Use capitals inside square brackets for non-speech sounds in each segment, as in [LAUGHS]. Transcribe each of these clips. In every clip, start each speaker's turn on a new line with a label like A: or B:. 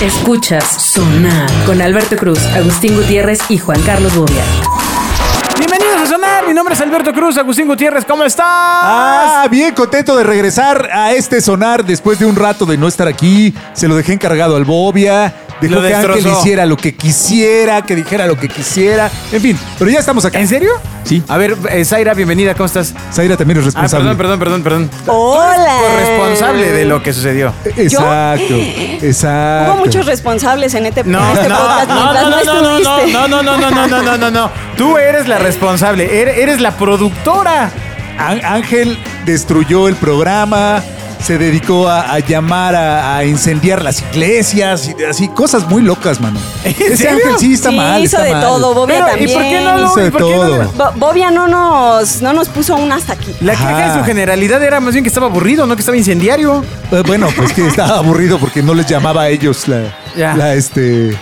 A: Escuchas Sonar con Alberto Cruz, Agustín Gutiérrez y Juan Carlos Bobia.
B: Bienvenidos a Sonar, mi nombre es Alberto Cruz, Agustín Gutiérrez, ¿cómo estás?
C: Ah, bien contento de regresar a este sonar después de un rato de no estar aquí. Se lo dejé encargado al Bobia. Dejó
B: Lo
C: que Ángel
B: destrozó.
C: hiciera lo que quisiera, que dijera lo que quisiera. En fin, pero ya estamos acá.
B: ¿En serio?
C: Sí.
B: A ver, eh, Zaira, bienvenida, ¿cómo estás?
C: Zaira también es
B: Ah,
C: responsable.
B: perdón, perdón, perdón, perdón.
D: Hola.
B: Corresponsable de lo que sucedió.
C: Exacto, exacto.
D: Hubo muchos responsables en este,
B: No,
D: en este
B: no,
D: podcast
B: no,
D: mientras
B: no, no, no,
D: estuviste.
B: no, no, no, no, no, no, no, no, no. Tú eres la responsable, er- eres la productora.
C: Á- Ángel destruyó el programa, se dedicó a, a llamar a, a incendiar las iglesias y de- así, cosas muy locas, mano. Ese
B: serio?
C: Ángel sí está
D: Sí,
C: mal.
D: hizo
C: está
D: de
C: mal.
D: todo, Bobia
B: Pero,
D: también.
B: ¿y por qué no lo
C: Hizo
B: y
C: de
B: por qué no
C: todo.
D: Bo- Bobia no nos, no nos puso un hasta aquí.
B: La queja
C: Ajá.
B: de su generalidad era más bien que estaba aburrido, no que estaba incendiario.
C: Eh, Bueno, pues que estaba aburrido porque no les llamaba a ellos la,
B: Ya.
C: la, este,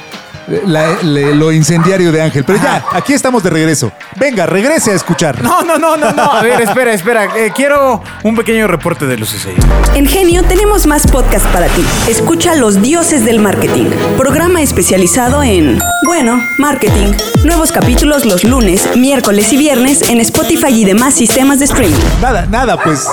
C: la- le- lo incendiario de Ángel. Pero ya,
B: Ajá.
C: aquí estamos de regreso. Venga, regrese a escuchar.
B: No, no, no, no, no. A ver, espera, espera. Eh, quiero un pequeño reporte de lo sucedido.
E: En Genio tenemos más podcast para ti. Escucha Los Dioses del Marketing, programa especializado en, bueno, marketing. Nuevos capítulos los lunes, miércoles y viernes en Spotify y demás sistemas de streaming.
C: Nada, nada, pues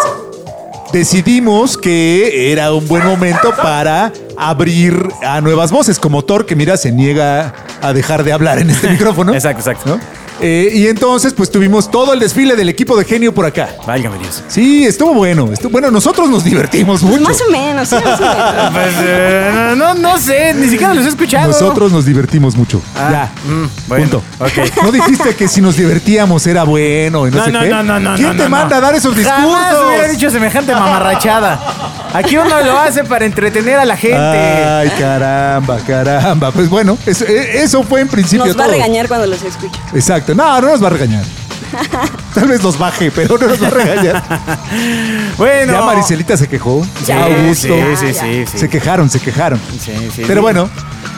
C: decidimos que era un buen momento para abrir a nuevas voces, como Thor, que mira, se niega a dejar de hablar
B: [LAUGHS]
C: en este micrófono.
B: Exacto, exacto.
C: ¿no? Eh, y entonces, pues tuvimos todo el desfile del equipo de genio por acá.
B: Válgame Dios.
C: Sí, estuvo bueno. estuvo- bueno, nosotros nos divertimos mucho.
D: Más o menos, sí, más o
B: [LAUGHS]
D: menos.
B: Pues, eh, no, no, no sé, ni siquiera los he escuchado.
C: Nosotros nos divertimos mucho.
B: Ah,
C: ya.
B: mm, bueno,
C: punto.
B: ok.
C: No dijiste que si nos divertíamos era bueno y no,
B: No,
C: sé
B: no,
C: qué.
B: no, no, no.
C: ¿Quién
B: no,
C: te
B: no.
C: manda a dar esos discursos?
B: Jamás hubiera dicho semejante mamarrachada. Aquí uno lo hace para entretener a la gente.
C: Ay, caramba, caramba. Pues bueno, eso, e- eso fue en principio
D: Nos va a
C: todo.
D: regañar cuando los escuche.
C: Exacto. No, no nos va a regañar.
D: [LAUGHS]
C: Tal vez los baje, pero no nos va
B: [LAUGHS]
C: a regañar.
B: bueno.
C: Ya Maricelita se quejó.
B: Sí,
C: Ya Augusto.
B: Sí, sí, sí. sí.
C: Se quejaron, se quejaron.
B: Sí, sí.
C: Pero bueno,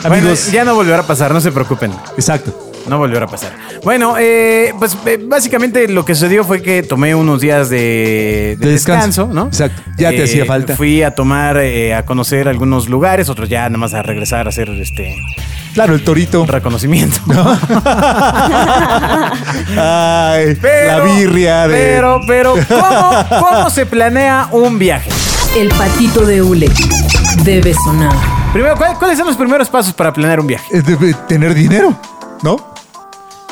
B: Bueno,
C: amigos.
B: ya no volverá a pasar, no se preocupen.
C: Exacto.
B: No volverá a pasar. Bueno, eh, pues eh, básicamente lo que sucedió fue que tomé unos días de, de
C: De
B: descanso,
C: descanso,
B: ¿no? Eh,
C: exacto. Ya te hacía falta.
B: Fui a tomar, eh, a conocer algunos lugares, otros ya nada más a regresar a hacer este
C: Claro, el torito.
B: reconocimiento.
C: [LAUGHS] Ay, la birria de.
B: Pero,
C: [LAUGHS]
B: pero, ¿cómo, ¿cómo se planea un viaje?
A: El patito de Ule debe sonar.
B: Primero, ¿cuál- ¿cuáles son los primeros pasos para planear un viaje?
C: es de tener dinero, ¿no?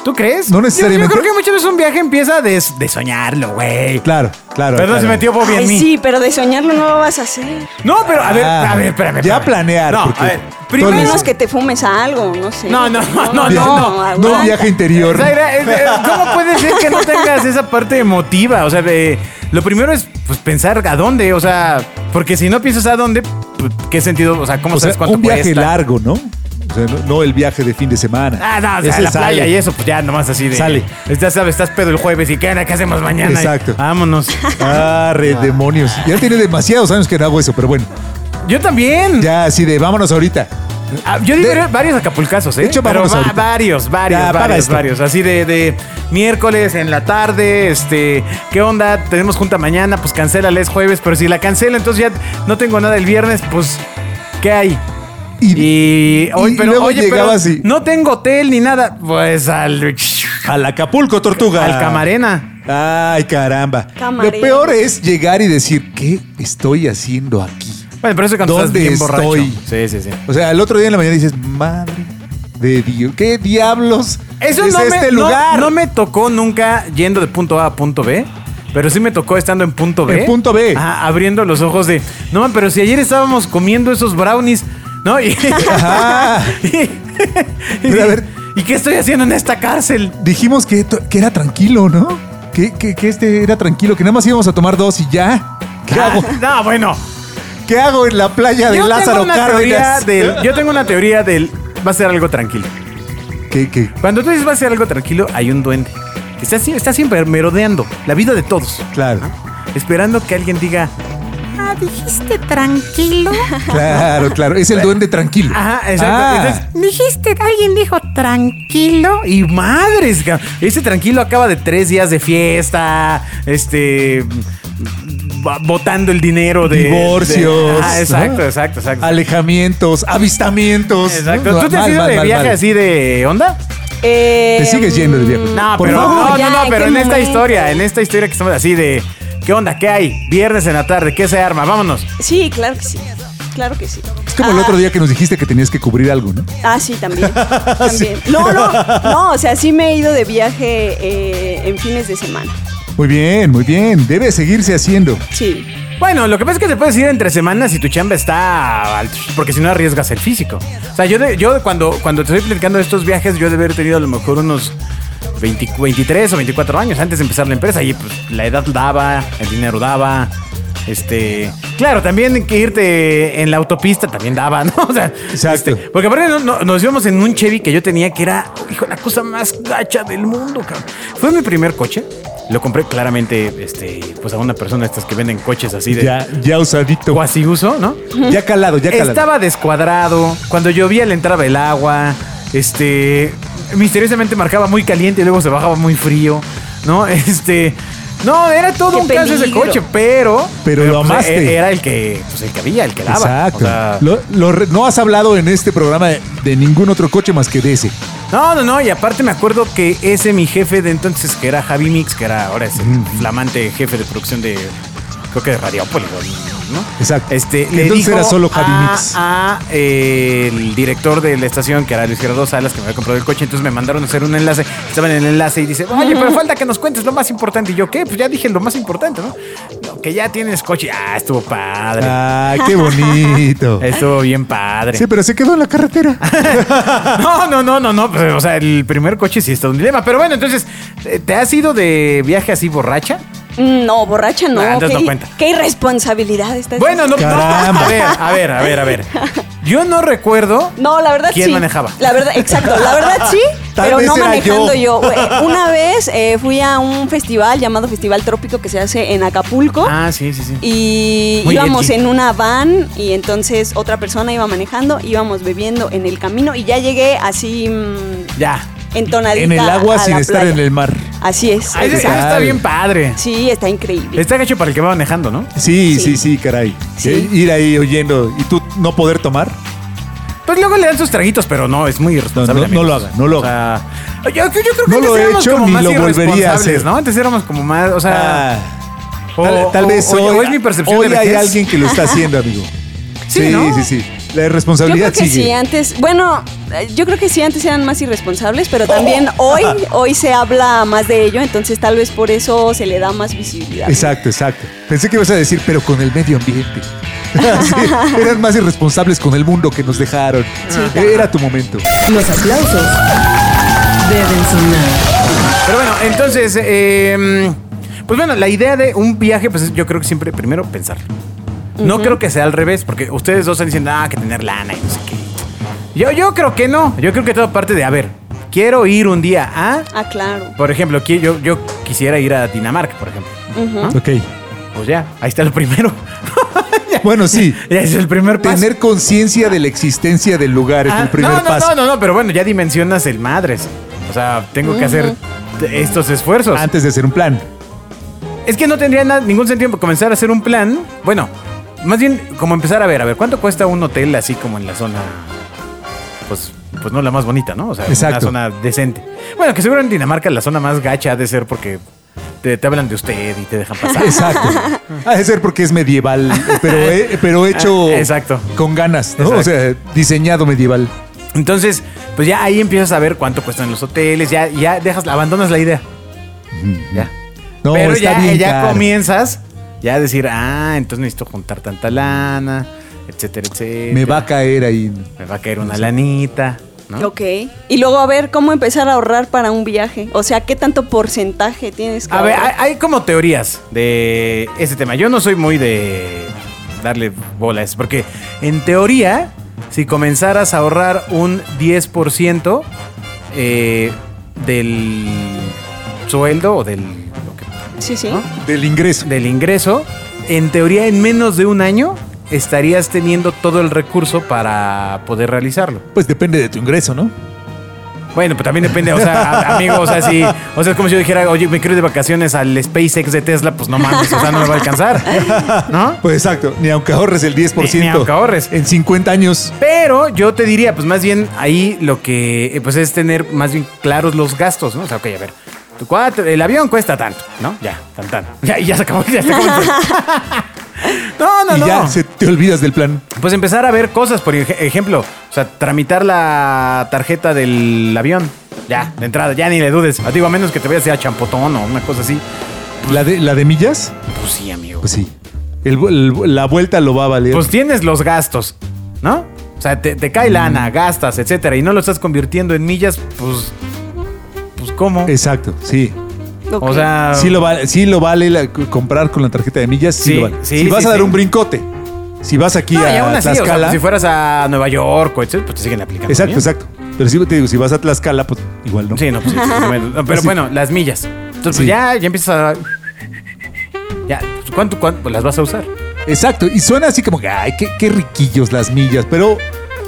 B: ¿Tú crees?
C: No
B: Yo-
C: necesariamente.
B: Yo, creo que muchas veces un viaje empieza de, de soñarlo, güey.
C: Claro, claro.
B: Perdón,
C: claro.
B: se metió Bobby en
D: Ay,
B: mí.
D: sí, pero de soñarlo no lo vas a hacer.
B: No, pero a ver,
C: Ah,
B: a ver, espérame.
C: ya
B: espérame.
C: planear,
B: No,
C: porque
B: a ver.
C: todo
D: A
B: Primero.
D: menos que te fumes algo, no sé.
B: No, no, no, no,
C: Via-
B: no,
C: no,
D: aguanta.
C: viaje interior.
B: Zaira, eh, eh, ¿Cómo puede ser que no tengas esa parte emotiva? O sea, eh, lo primero es pues, pensar a dónde, o sea, porque si no piensas a dónde, pues, ¿qué sentido? O sea, ¿cómo
C: O sea,
B: sabes cuánto
C: un viaje
B: cuesta?
C: largo, ¿no? O sea, no, no el viaje de fin de semana.
B: Ah, no, o sea,
C: Ese
B: la
C: sale.
B: playa y eso, pues ya nomás así de.
C: Sale.
B: Ya sabes, estás pedo el jueves y ¿qué, onda? ¿Qué hacemos mañana? Y
C: Exacto.
B: vámonos. [LAUGHS]
C: Ah, red demonios. Ya tiene demasiados años que no hago eso, pero bueno.
B: Yo también.
C: Ya así de vámonos ahorita.
B: Ah, Yo digo varios acapulcazos, ¿eh?
C: De hecho, vámonos
B: Pero va-
C: ahorita.
B: varios, varios,
C: Ya, para
B: varios,
C: esto.
B: varios. Así de, de miércoles en la tarde, este, ¿qué onda? Tenemos junta mañana, pues cancélala, es jueves, pero si la cancelo, entonces ya no tengo nada el viernes, pues, ¿qué hay?
C: Y
B: Y, hoy,
C: y
B: pero,
C: luego
B: oye, pero
C: llegabas y-
B: no tengo hotel ni nada, pues al,
C: al Acapulco, tortuga.
B: al camarena.
C: Ay, caramba.
D: Camarena.
C: Lo peor es llegar y decir, ¿qué estoy haciendo aquí?
B: Bueno, pero eso cuando estás
C: ¿Dónde
B: bien borracho.
C: estoy?
B: Sí, sí, sí.
C: O sea, el otro día en la mañana dices, madre de Dios, ¿qué diablos
B: Eso
C: es
B: no,
C: este
B: me, no-
C: lugar?
B: No, me tocó nunca yendo de punto A a punto B, pero sí me tocó estando en punto B.
C: En punto B.
B: Ajá, abriendo los ojos de, no, man, pero si ayer estábamos comiendo esos brownies, ¿no? Y,
C: [LAUGHS]
B: [LAUGHS]
C: Ajá.
B: y-
C: Pero a ver.
B: ¿Y qué estoy haciendo en esta cárcel?
C: Dijimos que, to- que era tranquilo, ¿no? Que, que- que este era tranquilo, que nada más íbamos a tomar dos y ya. ¿Qué hago?
B: Ah, no, bueno.
C: ¿Qué hago en la playa [LAUGHS] de
B: yo
C: Lázaro
B: tengo una teoría
C: Cárdenas?
B: del, yo tengo una teoría del, va a ser algo tranquilo.
C: ¿Qué- qué?
B: Cuando tú dices va a ser algo tranquilo, hay un duende. Está, sie- está siempre merodeando la vida de todos.
C: Claro,
B: Esperando que alguien diga, ah, dijiste tranquilo.
C: claro, claro. Es el duende tranquilo.
B: Ajá, exacto.
C: Ah,
B: Entonces, dijiste, alguien dijo tranquilo y madres. ca- Ese tranquilo acaba de tres días de fiesta, este, va- botando el dinero de.
C: Divorcios,
B: de- ah, exacto,
C: ¿no?
B: exacto, exacto.
C: Alejamientos, avistamientos.
B: Exacto.
C: No,
B: ¿Tú te has
C: mal,
B: ido
C: mal,
B: de
C: mal,
B: viaje
C: mal.
B: así de onda?
D: Eh,
C: Te sigues yendo de viaje.
B: No,
C: Por
B: pero,
C: favor.
B: no,
D: ya,
B: no, no,
D: ¿en
B: pero
D: qué
B: en esta
D: momento?
B: historia, en esta historia que estamos así de. ¿Qué onda? ¿Qué hay? Viernes en la tarde, ¿qué se arma? Vámonos.
D: Sí, claro que sí. Claro que sí.
C: Es como el otro día que nos dijiste que tenías que cubrir algo, ¿no?
D: Ah, sí,
C: [LAUGHS]
D: también. también. No, no, no, o sea, sí me he ido de viaje eh, en fines de semana.
C: Muy bien, muy bien. Debe seguirse haciendo.
D: Sí.
B: Bueno, lo que pasa es que te puedes ir entre semanas si tu chamba está al- porque si no arriesgas el físico. O sea, yo, de- yo de cuando, cuando te estoy platicando de estos viajes, yo he de haber tenido a lo mejor unos 20 23 o 24 años antes de empezar la empresa. Y pues la edad daba, el dinero daba. Este, claro, también que irte en la autopista también daba, ¿no? [LAUGHS] O sea,
C: Exacto.
B: este, porque aparte no- no- nos íbamos en un Chevy que yo tenía que era, hijo, la cosa más gacha del mundo, cabrón. Fue mi primer coche. Lo compré claramente, este, pues a una persona de estas que venden coches así de
C: Ya, ya usadito.
B: cuasi uso, ¿no?
C: Ya calado, ya calado.
B: Estaba descuadrado. Cuando llovía le entraba el agua. Este. Misteriosamente marcaba muy caliente y luego se bajaba muy frío. ¿No? [LAUGHS] Este. No, era todo
D: Qué
B: un caso ese
D: peligro.
B: coche, pero.
C: Pero lo
B: pues,
C: amaste.
B: e- Era el que. Pues el que había, el que daba.
C: Exacto.
B: O sea,
C: Lo- lo re- no has hablado en este programa de, de ningún otro coche más que de ese.
B: No, no, no. Y aparte me acuerdo que ese mi jefe de entonces, que era Javi Mix, que era ahora es el flamante jefe de producción de. Creo que de Radiópolis, ¿no?
C: Exacto.
B: Este,
C: Que
B: le
C: entonces
B: dijo
C: era solo Javi
B: a,
C: Mix.
B: a, eh, el director de la estación, que era Luis Gerardo Salas, que me había comprado el coche, entonces me mandaron a hacer un enlace. Estaban en el enlace y dice, oye, pero falta que nos cuentes lo más importante. Y yo, ¿qué? Pues ya dije lo más importante, ¿no? No, que ya tienes coche. Ah, estuvo padre.
C: Ah,
B: [LAUGHS]
C: qué bonito.
B: Estuvo bien padre.
C: Sí, pero se quedó en la carretera.
B: No, no, no, no, no. pues, o sea, el primer coche sí está un dilema. Pero bueno, entonces, eh, ¿te has ido de viaje así borracha?
D: Mm, No, borracha no.
B: Ah, entonces
D: ¿Qué,
B: no cuenta.
D: qué irresponsabilidad estás
B: Bueno, no, no.
C: Caramba.
B: A ver, a ver, a ver, a ver. Yo no recuerdo.
D: No, la verdad
B: ¿Quién
D: sí.
B: manejaba?
D: La verdad, exacto, la verdad sí,
C: [LAUGHS] Tal
D: pero
C: vez
D: no
C: era
D: manejando
C: yo. [LAUGHS]
D: yo. Eh, Una vez eh, fui a un festival llamado Festival Trópico que se hace en Acapulco.
B: Ah, sí, sí, sí.
D: Y
B: Muy
D: íbamos
B: edgy.
D: en una van y entonces otra persona iba manejando, íbamos bebiendo en el camino y ya llegué así mm,
B: Ya.
D: entonadita
C: En el agua
D: a
C: sin
D: la
C: estar
D: playa.
C: en el mar.
D: Así es.
B: Ay, eso
D: exacto.
B: está bien padre.
D: Sí, está increíble.
B: Está hecho para el que va manejando, ¿no?
C: Sí, sí,
D: Sí.
C: sí, caray.
D: Sí.
C: Eh, Ir ahí oyendo y tú no poder tomar.
B: Pues luego le dan sus traguitos, pero no, es muy irresponsable.
C: No, no, no
B: amigos.
C: lo hagan, no lo
B: O sea, yo, yo creo que
C: No
B: antes
C: lo he
B: éramos
C: hecho
B: como
C: ni
B: más
C: lo volvería a
B: irresponsables,
C: hacer.
B: ¿no? Antes éramos como más, o sea...
C: Ah, tal, tal vez
B: o-
C: hoy,
B: o es mi percepción
C: hoy
B: de
C: hay
B: vejez.
C: alguien que lo está haciendo, amigo.
B: [LAUGHS] Sí,
C: sí,
B: ¿no?
C: sí, sí. La
D: Yo creo
C: responsabilidad
D: que sí,
C: sigue.
D: antes, bueno, eh, yo creo que sí, antes eran más irresponsables,
C: Oh.
D: pero también hoy, hoy se habla más de ello, entonces tal vez por eso se le da más visibilidad.
C: Exacto, exacto. Pensé que ibas a decir, pero con el medio ambiente. [LAUGHS] Sí, eran más irresponsables con el mundo que nos dejaron. E-, Era tu momento.
A: Los aplausos deben sonar.
B: Pero bueno, entonces, eh, pues bueno, la idea de un viaje, pues es- yo creo que siempre primero pensarlo. No creo que sea al revés, porque ustedes dos están diciendo, ah, que tener lana y no sé qué. Yo, yo creo que no. Yo creo que todo parte de, a ver, quiero ir un día a...
D: Ah, claro.
B: Por ejemplo, qui- yo, yo quisiera ir a Dinamarca, por ejemplo.
C: Ok.
B: Pues ya, ahí está lo primero. [LAUGHS]
C: Bueno, sí.
B: Ya es el primer paso.
C: Tener conciencia de la existencia del lugar es
B: Ah,
C: el primer
B: no, no,
C: paso.
B: No, no, no, pero bueno, ya dimensionas el madres. O sea, tengo que hacer t- estos esfuerzos.
C: Antes de hacer un plan.
B: Es que no tendría nada- ningún sentido comenzar a hacer un plan. Bueno, más bien como empezar a ver, a ver, ¿cuánto cuesta un hotel así como en la zona? Pues, pues no la más bonita, ¿no? O sea,
C: Exacto.
B: una zona decente. Bueno, que seguro en Dinamarca la zona más gacha ha de ser porque te, te hablan de usted y te dejan pasar.
C: [LAUGHS] Exacto.
B: [LAUGHS]
C: Ha de ser porque es medieval, pero, he- pero hecho
B: Ah, exacto.
C: con ganas, ¿no?
B: Exacto.
C: O sea, diseñado medieval.
B: Entonces, pues ya ahí empiezas a ver cuánto cuestan los hoteles, ya, ya dejas, abandonas la idea. Ya.
C: No,
B: Pero
C: está
B: ya,
C: bien
B: ya
C: caro.
B: comienzas ya a decir, ah, entonces necesito juntar tanta lana, etcétera, etcétera.
C: Me va a caer ahí.
B: Me va a caer una lanita,
C: Ah.
B: ¿no?
D: Ok. Y luego a ver cómo empezar a ahorrar para un viaje. O sea, ¿qué tanto porcentaje tienes que
B: A ver, hay,
D: ahorrar?
B: hay como teorías de ese tema. Yo no soy muy de darle bola a eso, porque en teoría, si comenzaras a ahorrar un 10% eh, del sueldo o del, lo que-
D: Sí, sí.
B: ah, ¿no?
C: Del ingreso.
B: del ingreso, en teoría en menos de un año estarías teniendo todo el recurso para poder realizarlo.
C: Pues depende de tu ingreso, ¿no?
B: Bueno, pues también depende, o sea, a- amigo, o sea, si, o sea, es como si yo dijera, oye, me quiero ir de vacaciones al SpaceX de Tesla, pues no mames, o sea, no me va a alcanzar, ¿no? Eh,
C: Pues exacto, ni aunque ahorres el 10%.
B: Ni- ni aunque ahorres.
C: En 50 años.
B: Pero yo te diría, pues más bien ahí lo que eh, pues es tener más bien claros los gastos, ¿no? O sea, ok, a ver. tu cuate- el avión cuesta tanto, ¿no? Ya, tan tan. [LAUGHS] Ya, y ya se acabó, ya se
C: [LAUGHS]
B: acabó. No, no,
C: y
B: no.
C: ya se te olvidas del plan.
B: Pues empezar a ver cosas, por ej- ejemplo, o sea, tramitar la tarjeta del avión. Ya, de entrada, ya ni le dudes. Ah, Digo, a menos que te vayas a Champotón o una cosa así.
C: ¿La de, la de millas?
B: Pues sí, amigo.
C: Pues sí. El vu- el- la vuelta lo va a valer.
B: Pues tienes los gastos, ¿no? O sea, te, te
C: Mm.
B: cae lana, gastas, etcétera, y no lo estás convirtiendo en millas, pues. Pues cómo.
C: exacto, sí.
D: Ok.
B: O sea.
C: Sí lo, vale, sí lo vale la- comprar con la tarjeta de millas,
B: Ah. Sí,
C: sí, lo vale.
B: sí,
C: si vas
B: sí,
C: a dar
B: sí.
C: un brincote, si vas aquí
B: no, y aún
C: a
B: así, o sea,
C: Tlaxcala.
B: pues, si fueras a Nueva York o etcétera, pues te siguen aplicando.
C: exacto,
B: bien.
C: exacto. Pero sí te digo, si vas a Tlaxcala, pues igual no.
B: Sí, no, pues sí, sí, sí, bueno. No, Pero
C: Sí.
B: bueno, las millas. Entonces,
C: Sí.
B: pues, ya, ya empiezas a. Ya, pues, ¿cuánto, cuánto pues, las vas a usar?
C: Exacto, y suena así como que, ay, qué, qué riquillos las millas, pero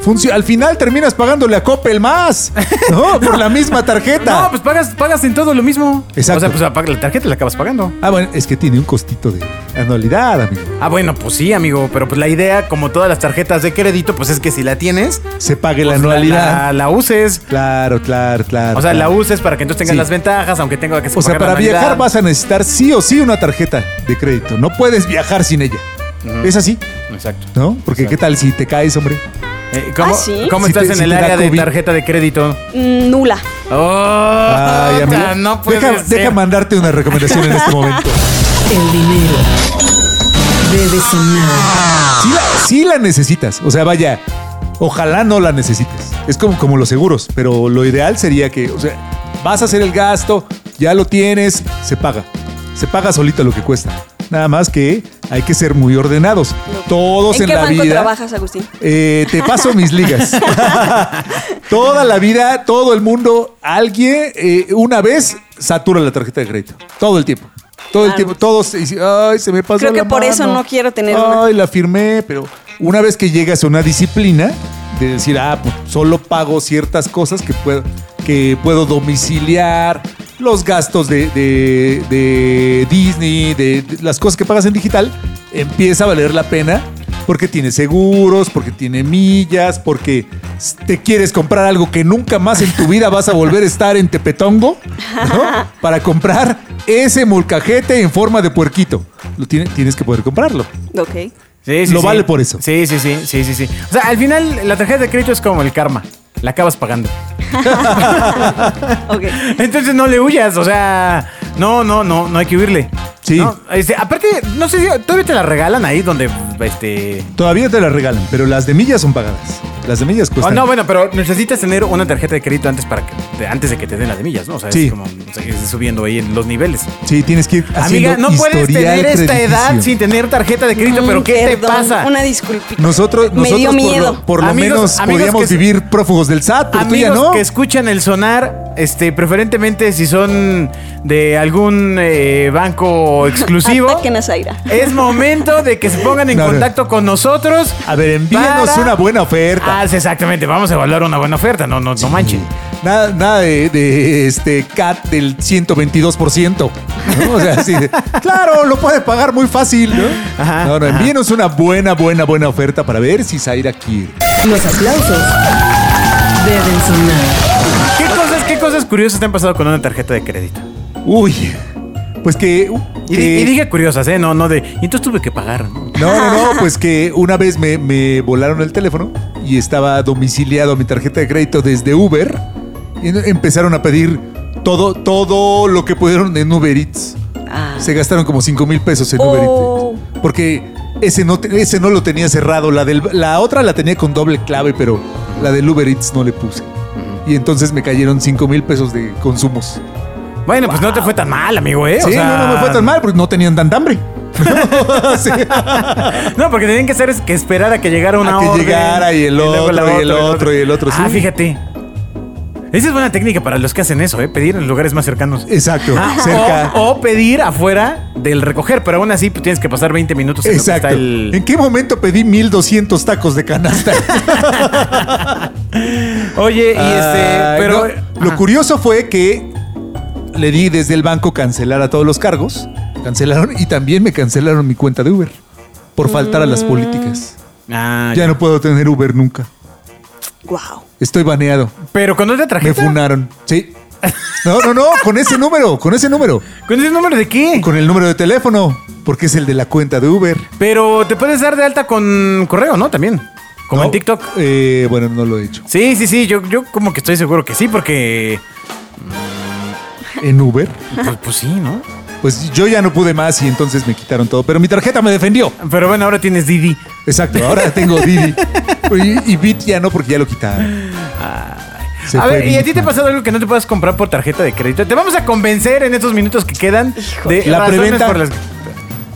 C: funcio- al final terminas pagándole a Coppel más,
B: [LAUGHS]
C: ¿no? Por la misma tarjeta.
B: No, pues pagas, pagas en todo lo mismo.
C: Exacto.
B: O sea, pues apag- la tarjeta la acabas pagando.
C: Ah, bueno, es que tiene un costito de anualidad, amigo.
B: Ah, bueno, pues sí, amigo, pero pues la idea, como todas las tarjetas de crédito, pues es que si la tienes,
C: Se pague la
B: pues,
C: anualidad.
B: la- la uses.
C: Claro, claro, claro.
B: O sea, la
C: claro.
B: uses para que entonces tengas
C: Sí.
B: las ventajas, aunque tenga que
C: O sea,
B: pagar la
C: para
B: anualidad.
C: viajar vas a necesitar sí o sí una tarjeta de crédito. No puedes viajar sin ella. Es así,
B: Exacto.
C: ¿no? Porque qué tal si te
B: [LAUGHS]
C: caes, hombre.
B: Eh, ¿Cómo,
D: Ah, ¿sí?
B: cómo
C: Si
B: estás
C: te-
B: en
C: si
B: el
C: te da
B: área de
C: COVID.
B: tarjeta de crédito?
D: Mm, Nula.
B: Oh,
C: Ay, amigo.
B: puta, no puede
C: deja,
B: ser.
C: deja mandarte una recomendación en este momento.
A: El dinero debe sonar.
C: Sí la, sí la necesitas. O sea, vaya, ojalá no la necesites. Es como, como los seguros, pero lo ideal sería que, o sea, vas a hacer el gasto, ya lo tienes, se paga. Se paga solito lo que cuesta. Nada más que hay que ser muy ordenados. Todos en,
D: ¿En qué
C: la
D: banco
C: vida.
D: trabajas, Agustín?
C: Eh, te paso mis
D: [LAUGHS]
C: ligas. Toda la vida, todo el mundo, alguien eh, una vez satura la tarjeta de crédito. Todo el tiempo. Todo el
D: Claro.
C: tiempo. Todos. y si- Ay, se me pasó.
D: Creo que
C: la
D: por eso
C: mano.
D: no quiero tener
C: Ay,
D: una.
C: la firmé, pero una vez que llegas a una disciplina de decir, ah, pues, solo pago ciertas cosas que puedo, que puedo domiciliar. Los gastos de, de- de Disney, de, de las cosas que pagas en digital, empieza a valer la pena porque tiene seguros, porque tiene millas, porque te quieres comprar algo que nunca más en tu vida vas a volver a estar en Tepetongo, ¿no? Para comprar ese molcajete en forma de puerquito. Lo tiene- tienes que poder comprarlo.
D: Ok.
B: Sí, sí,
C: Lo
B: sí.
C: vale por eso.
B: Sí, sí, sí, sí, sí, sí. O sea, al final la tarjeta de crédito es como el karma. La acabas pagando. [LAUGHS]
D: Ok.
B: Entonces no le huyas, o sea, no, no, no, no hay que huirle.
C: Sí.
B: No, este, aparte, no sé si todavía te la regalan ahí donde, este...
C: Todavía te la regalan, pero las de millas son pagadas. Las de millas
B: Oh,
C: cuestan.
B: no, bueno, pero necesitas tener una tarjeta de crédito antes para que te- antes de que te den las de millas, ¿no? O sea,
C: Sí.
B: es como o sea, es subiendo ahí en los niveles.
C: Sí, tienes que ir haciendo
B: Amiga, no puedes
C: historial
B: tener esta edad
C: crediticio.
B: sin tener tarjeta de crédito, pero
D: Mm,
B: ¿qué te
D: perdón,
B: pasa?
D: Una disculpita.
C: Nosotros,
D: Me
C: nosotros
D: dio
C: por
D: miedo.
C: lo, por lo
B: Amigos-
C: menos
B: amigos
C: podíamos
B: que-
C: vivir prófugos del SAT, pero tú ya
B: Amigos
C: no.
B: que escuchan el sonar, este, preferentemente si son de algún eh, banco exclusivo.
D: Atáquenos, Aira.
B: Es momento de que se pongan en
C: No, no.
B: contacto con nosotros.
C: A ver, envíanos
B: para-
C: una buena oferta.
B: Ah, sí, exactamente. Vamos a evaluar una buena oferta. No, no, no manchen.
C: Nada, nada de, de, este CAT del 122%. ¿no? O sea, así
B: [LAUGHS]
C: de, claro, lo puede pagar muy fácil, ¿no?
B: Ajá,
C: no, no,
B: ajá.
C: envíenos una buena, buena, buena oferta para ver si Zaira quiere.
A: Los aplausos deben sonar.
B: ¿Qué cosas, qué cosas curiosas te han pasado con una tarjeta de crédito?
C: Uy, pues que...
B: Y, di-
C: que-
B: y dije curiosas, ¿eh? No, no de. Y entonces tuve que pagar. ¿no?
C: No,
B: [LAUGHS]
C: no, no, pues que una vez me, me volaron el teléfono y estaba domiciliado mi tarjeta de crédito desde Uber y en- empezaron a pedir todo, todo lo que pudieron en Uber Eats.
D: Ah.
C: Se gastaron como 5 mil pesos en
D: Oh.
C: Uber Eats. Porque ese no, te- ese no lo tenía cerrado. La, del, la otra la tenía con doble clave, pero la del Uber Eats no le puse. Y entonces me cayeron 5 mil pesos de consumos.
B: Bueno, pues no te fue tan mal, amigo, ¿eh? O
C: Sí,
B: sea,
C: no, no me fue tan mal porque no tenían
B: [LAUGHS]
C: tanta hambre. [LAUGHS] Sí.
B: No, porque tenían que hacer es que esperar a que llegara una
C: A que
B: orden,
C: llegara y el
B: luego
C: otro,
B: la
C: y el
B: otra,
C: otro, y el otro,
B: Ah,
C: sí.
B: fíjate. Esa es buena técnica para los que hacen eso, ¿eh? Pedir en los lugares más cercanos.
C: Exacto,
B: Ah,
C: cerca.
B: O, o pedir afuera del recoger, pero aún así pues, tienes que pasar 20 minutos en lo que está
C: Exacto.
B: el-
C: ¿En qué momento pedí
B: [LAUGHS]
C: 1200 tacos de canasta?
B: Oye, y este,
C: Ay,
B: pero Ah,
C: no. Ah, Lo curioso fue que le di desde el banco cancelar a todos los cargos. Cancelaron y también me cancelaron mi cuenta de Uber por faltar a las políticas.
B: Mm. Ah,
C: Ya no puedo tener Uber nunca.
D: Wow.
C: Estoy baneado.
B: Pero con otra
C: Me
B: tarjeta.
C: funaron. Sí. No, no, no, con ese número, con ese número.
B: ¿Con ese número de qué?
C: Con el número de teléfono, porque es el de la cuenta de Uber.
B: Pero te puedes dar de alta con correo, ¿no? También. Como
C: ¿No?
B: en TikTok.
C: Eh, bueno, no lo he hecho.
B: Sí, sí, sí. Yo, yo como que estoy seguro que sí, porque.
C: En Uber,
B: Pues, pues sí, ¿no?
C: pues yo ya no pude más y entonces me quitaron todo. Pero mi tarjeta me defendió.
B: Pero bueno, ahora tienes Didi.
C: Exacto, ahora
B: [LAUGHS]
C: tengo Didi. Y, y Bit ya no, porque ya lo quitaron. Se
B: a
C: fue
B: ver, ¿y a ti
C: Bit,
B: te ha
C: man.
B: pasado algo que no te puedas comprar por tarjeta de crédito? Te vamos a convencer en estos minutos que quedan de
C: La
B: razones
C: preventa-
B: por las-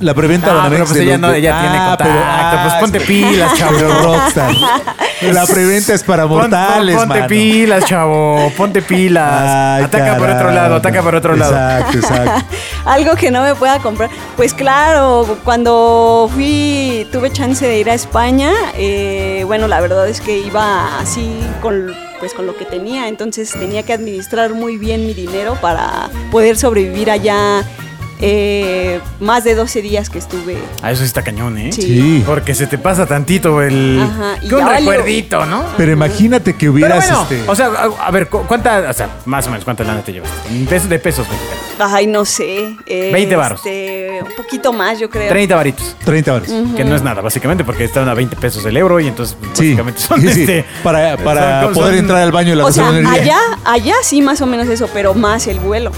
C: La preventa
B: Ah,
C: Banamex
B: pero pues
C: de
B: ella,
C: los-
B: no, ella tiene
C: Ah,
B: contacto. pues ponte
C: sí. [LAUGHS]
B: pilas, chavo.
C: Pero rockstar.
B: [LAUGHS]
C: La preventa es para
B: Pon- pon-
C: mortales,
B: ponte
C: mano.
B: pilas, chavo. [LAUGHS] Ponte pilas.
C: Ay,
B: ataca por otro
C: carajo.
B: lado, ataca por otro lado.
C: Exacto, exacto.
B: [LAUGHS]
D: Algo que no me pueda comprar. Pues claro, cuando fui, tuve chance de ir a España, eh, bueno, la verdad es que iba así con, pues, con lo que tenía, entonces tenía que administrar muy bien mi dinero para poder sobrevivir allá eh, más de 12 días que estuve.
B: Ah, eso sí está cañón, ¿eh?
D: Sí.
C: Sí.
B: Porque se te pasa tantito el.
D: Ajá, y
B: que un
D: ya valió.
B: recuerdito, ¿no?
C: Pero imagínate que
B: Pero
C: hubieras
B: bueno,
C: este,
B: o sea, a, a ver, cu- ¿cuánta, o sea, más o menos, cuánta lana te llevas? En pesos- de pesos mexicanos.
D: Ay, no sé. eh,
B: 20 varos.
D: este, un poquito más, yo creo.
B: 30 varitos.
C: 30 horas.
B: Que no es nada, básicamente, porque están a 20 pesos el euro y entonces pues,
C: Sí,
B: básicamente son
C: sí, sí.
B: este.
C: para, para
B: son-
C: poder
B: son-
C: entrar al baño de la
D: O sea,
C: gasolinería.
D: allá, allá sí más o menos eso, pero más el vuelo.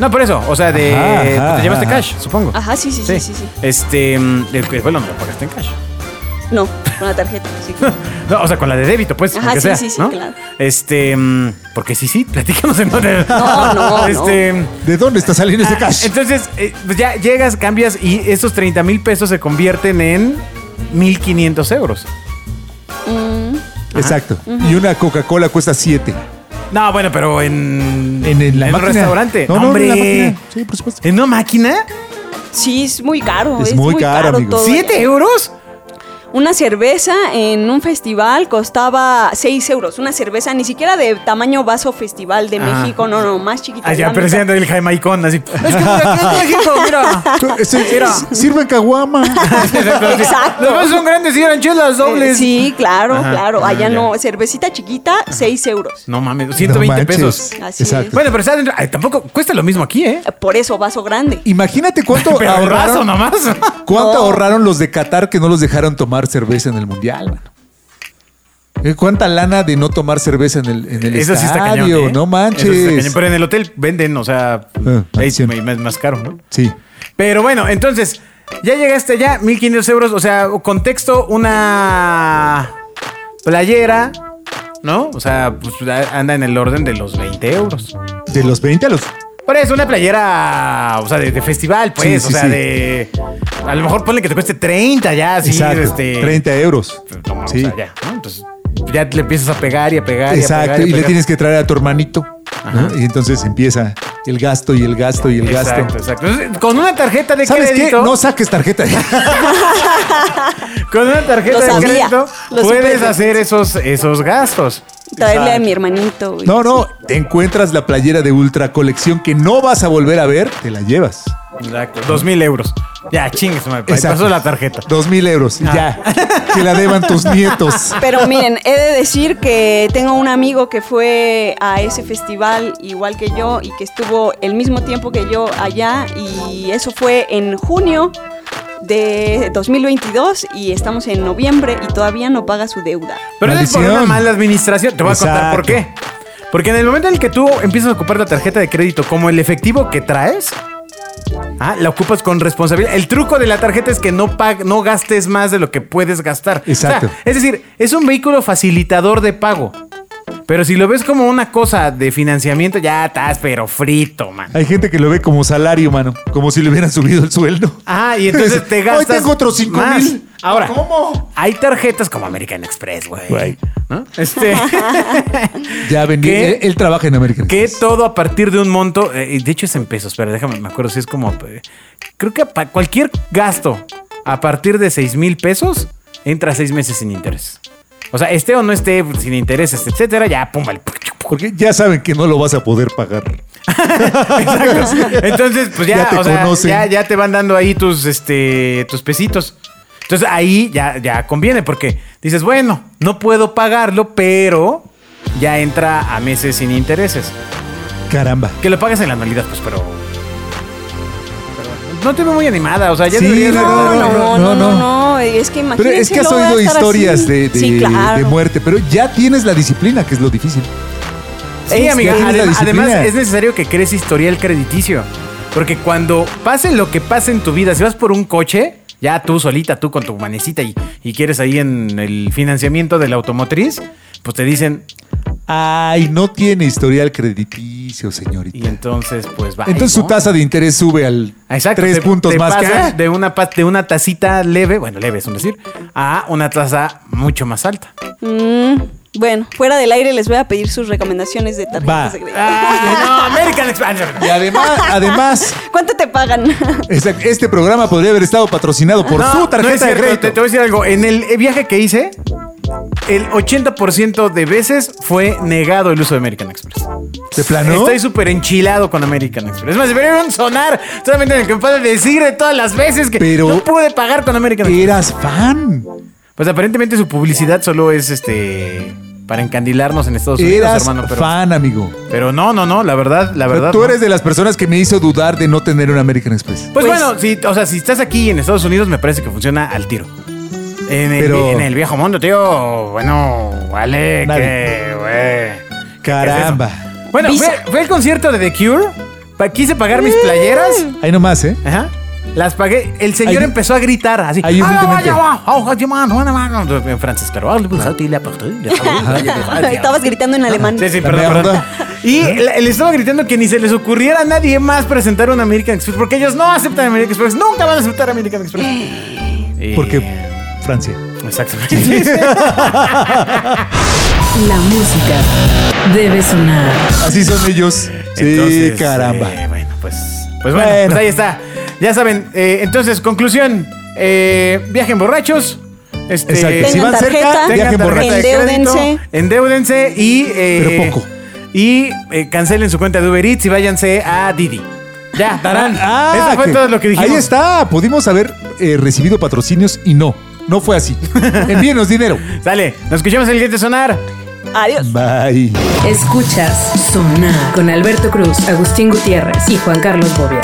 B: No, por eso, o sea, de.
C: Ajá, ajá,
B: te llevaste
C: ajá.
B: cash, supongo.
D: Ajá, sí, sí, sí, sí, sí.
B: Este. mm, El, el vuelo no lo pagaste en cash. [LAUGHS]
D: No, con la tarjeta, sí.
B: No, o sea, con la de débito, pues.
D: Ajá,
B: aunque
D: sí,
B: sea,
D: sí, sí,
B: ¿no?
D: claro.
B: Este. mm, Porque sí, sí, platícanos en dónde.
D: No, no, no.
B: Este.
C: ¿De dónde está saliendo ese
B: Ah,
C: cash?
B: Entonces, eh, pues ya llegas, cambias y esos 30 mil pesos se convierten en 1500 euros.
D: Mm,
B: ah.
C: Exacto. Y una Coca-Cola cuesta 7.
B: No, bueno, pero en.
C: En, en la
B: un
C: máquina.
B: restaurante.
C: No, no,
B: hombre.
C: en la máquina. Sí,
B: [LAUGHS]
C: por supuesto.
B: ¿En una máquina?
D: sí, es muy caro.
C: Es
D: Es,
C: muy
D: muy,
C: caro,
D: caro,
C: amigo.
D: todo.
B: ¿Siete euros?
D: Una cerveza en un festival costaba 6 euros. Una cerveza ni siquiera de tamaño vaso festival de
B: Ah.
D: México, no, no, más chiquita.
B: Allá,
D: la
B: Ah, pero
D: mitad. Eh,
B: se anda el Jaime Icon, así. Es que mira, [LAUGHS] aquí en México, mira.
C: Ese-
B: Mira.
C: Sirve
B: [LAUGHS]
C: en caguama. [LAUGHS]
D: Exacto.
B: Los besos son grandes y eran chelas dobles.
D: Eh, sí, claro,
B: Ajá.
D: claro.
B: Ah,
D: Allá
B: ya.
D: no, cervecita chiquita, 6 euros.
B: No mames,
C: No
B: 120
C: manches.
B: pesos.
D: Así
C: Exacto.
D: es.
B: Bueno, pero está dentro- ay, tampoco cuesta lo mismo aquí, ¿eh?
D: Por eso, vaso grande.
C: Imagínate cuánto
B: [LAUGHS] Pero el vaso
C: ahorraron.
B: nomás.
C: [LAUGHS] ¿Cuánto
D: No.
C: ahorraron los de Qatar que no los dejaron tomar cerveza en el mundial? mano? Eh, ¿Cuánta lana de no tomar cerveza en el, en
B: [LAUGHS]
C: el
B: Eso sí está
C: estadio?
B: cañón. ¿eh?
C: No manches.
B: Eso sí está cañón. Pero en el hotel venden, o sea,
C: Ah,
B: es
C: acción.
B: más, más caro, ¿no?
C: Sí.
B: Pero bueno, entonces, ya llegaste allá, 1500 euros, o sea, contexto, una playera, ¿no? O sea, pues a- anda en el orden de los 20 euros.
C: De los 20 a los.
B: Por eso, una playera, o sea, de, de festival, pues,
C: Sí,
B: o
C: sí,
B: sea,
C: sí.
B: de... A lo mejor ponle que te cueste 30 ya, así,
C: exacto,
B: este...
C: 30 euros.
B: no,
C: sí.
B: O sea, ya, ¿no? Entonces, ya te le empiezas a pegar y a pegar y a
C: Exacto,
B: pegar. a
C: y le
B: pegar.
C: tienes que traer a tu hermanito. ¿no? Y entonces empieza el gasto y el gasto y el
B: Exacto,
C: gasto.
B: exacto. Entonces, Con una tarjeta de
C: ¿Sabes qué?
B: crédito...
C: No saques tarjeta. [LAUGHS]
B: Con una
D: Lo
B: tarjeta de
D: sabía,
B: crédito
D: lo
B: puedes
D: supe.
B: hacer esos, esos gastos.
D: Traerle a mi hermanito. güey.
C: No, no, te encuentras la playera de ultra colección que no vas a volver a ver, te la llevas.
B: Exacto. Dos mil euros. Ya, chingues, me
C: Exacto.
B: pasó la tarjeta.
C: Dos mil euros,
B: Ah.
C: y ya. Que la deban tus nietos.
D: Pero miren, he de decir que tengo un amigo que fue a ese festival igual que yo y que estuvo el mismo tiempo que yo allá y eso fue en junio de 2022 y estamos en noviembre y todavía no paga su deuda.
B: Pero eso es por
C: Maldición.
B: una mala administración. Te voy a contar
C: Exacto.
B: por qué. Porque en el momento en el que tú empiezas a ocupar la tarjeta de crédito como el efectivo que traes, ah, la ocupas con responsabilidad. El truco de la tarjeta es que no, pag- no gastes más de lo que puedes gastar.
C: Exacto.
B: O sea, es decir, es un vehículo facilitador de pago. Pero si lo ves como una cosa de financiamiento, ya estás pero frito, man.
C: Hay gente que lo ve como salario, mano, como si le hubieran subido el sueldo.
B: Ah, y
C: [LAUGHS]
B: entonces te gastas.
C: Hoy tengo otros cinco
B: más.
C: mil.
B: Ahora,
C: ¿Cómo?
B: Hay tarjetas como American Express, güey.
C: Güey.
B: ¿No?
C: [LAUGHS]
B: Este.
C: Ya vendí.
B: ¿Qué?
C: Él, él trabaja en American
B: que
C: Express.
B: todo a partir de un monto. eh, de hecho, es en pesos, pero déjame, me acuerdo si es como. eh, creo que pa- cualquier gasto a partir de 6 mil pesos entra seis meses sin interés. O sea, esté o no esté, sin intereses, etcétera, ya, pum, vale.
C: Porque ya saben que no lo vas a poder pagar.
B: [LAUGHS] Exacto. Entonces, pues ya,
C: Ya te
B: o sea,
C: conocen.
B: ya, ya te van dando ahí tus, este, tus pesitos. Entonces ahí ya, ya conviene porque dices, bueno, no puedo pagarlo, pero ya entra a meses sin intereses.
C: Caramba.
B: Que lo pagues en la anualidad, pues, pero... pero No te veo muy animada, o sea, ya
C: Sí,
B: deberías-
C: no,
D: No, no, no,
C: no,
D: no,
C: no.
D: no, Es que
C: Pero
D: imagínate.
C: es que has
D: luego
C: oído
D: estar
C: historias
D: así.
C: de, de-
D: sí, claro.
C: de muerte, pero ya tienes la disciplina, que es lo difícil.
B: Sí, amiga,
C: tienes la
B: adem-
C: disciplina.
B: además es necesario que crees historial crediticio. Porque cuando pase lo que pase en tu vida, si vas por un coche, ya tú solita, tú con tu manecita y, y quieres ahí en el financiamiento de la automotriz, pues te dicen,
C: Ay, no tiene historial crediticio, señorita.
B: y entonces pues va.
C: Entonces su tasa de interés sube al tres
B: te-
C: puntos
B: te
C: más que
B: pasa
C: Ah,
B: de una pa- de una tacita leve, bueno, leve es un decir, a una tasa mucho más alta.
D: Mm, bueno, fuera del aire les voy a pedir sus recomendaciones de tarjetas
C: Va.
D: de crédito.
B: Ah, no, American Expansion.
C: Y además, además
D: ¿Cuánto te pagan?
C: exact- este programa podría haber estado patrocinado por
B: No,
C: su
B: no
C: tarjeta
B: es
C: de
B: cierto,
C: crédito.
B: Te, te voy a decir algo. En el viaje que hice, el 80% de veces fue negado el uso de American Express.
C: ¿De plano?
B: Estoy súper enchilado con American Express. Es más, deberían sonar solamente en el que me pueda decir de todas las veces que
C: Pero-
B: no pude pagar con American Express.
C: Eras fan.
B: Pues aparentemente su publicidad solo es este para encandilarnos en Estados Unidos,
C: Eras
B: hermano. Pero,
C: fan, amigo.
B: pero no, no, no, la verdad, la verdad.
C: Tú
B: no.
C: eres de las personas que me hizo dudar de no tener un American Express.
B: Pues, bueno, si, o sea, si estás aquí en Estados Unidos, me parece que funciona al tiro. En el,
C: Pero-
B: en el viejo mundo, tío. Bueno, vale,
C: Nadie.
B: que, güey.
C: Caramba.
B: ¿Qué es eso? bueno, fue,
D: Visa.
B: fue el concierto de The Cure. Pa- quise pagar mis playeras.
C: Ahí nomás, ¿eh?
B: Ajá. Las pagué. El señor
C: Ahí-
B: empezó a gritar así. "Ah,
C: ahí evidentemente.
B: oh, En francés, oh, claro.
D: [LAUGHS] Estabas gritando en alemán.
B: Ah. Sí, sí,
C: La
B: perdón,
C: mea
B: perdón.
C: onda.
B: Y le, le estaba gritando que ni se les ocurriera a nadie más presentar un American Express, porque ellos no aceptan American Express, nunca van a aceptar American Express.
C: Eh.
B: Y-
C: Porque
B: Eh.
C: Francia.
B: Exactamente. [LAUGHS]
A: La música debe sonar.
C: Así son ellos. Sí,
B: Entonces,
C: caramba.
B: eh, bueno, pues, pues bueno,
C: Bueno.
B: pues ahí está. Ya saben, eh, entonces, conclusión, eh, viajen borrachos. Este,
C: Exacto. Si
D: Tengan
C: van cerca,
D: tarjeta,
C: viajen
B: Tengan tarjeta
C: borrachos.
B: de crédito,
D: Endeúdense.
B: Endeúdense y. eh,
C: Pero poco.
B: Y eh, cancelen su cuenta de Uber Eats y váyanse a Didi. Ya, darán.
C: Ah,
B: Eso fue
C: que-
B: todo lo que dijimos.
C: Ahí está. Pudimos haber eh, recibido patrocinios y no. No fue
B: [LAUGHS]
C: así. Envíenos dinero.
B: Sale, nos escuchamos en el siguiente sonar.
D: Adiós.
C: Bye.
A: Escuchas Sonar con Alberto Cruz, Agustín Gutiérrez y Juan Carlos Bobia.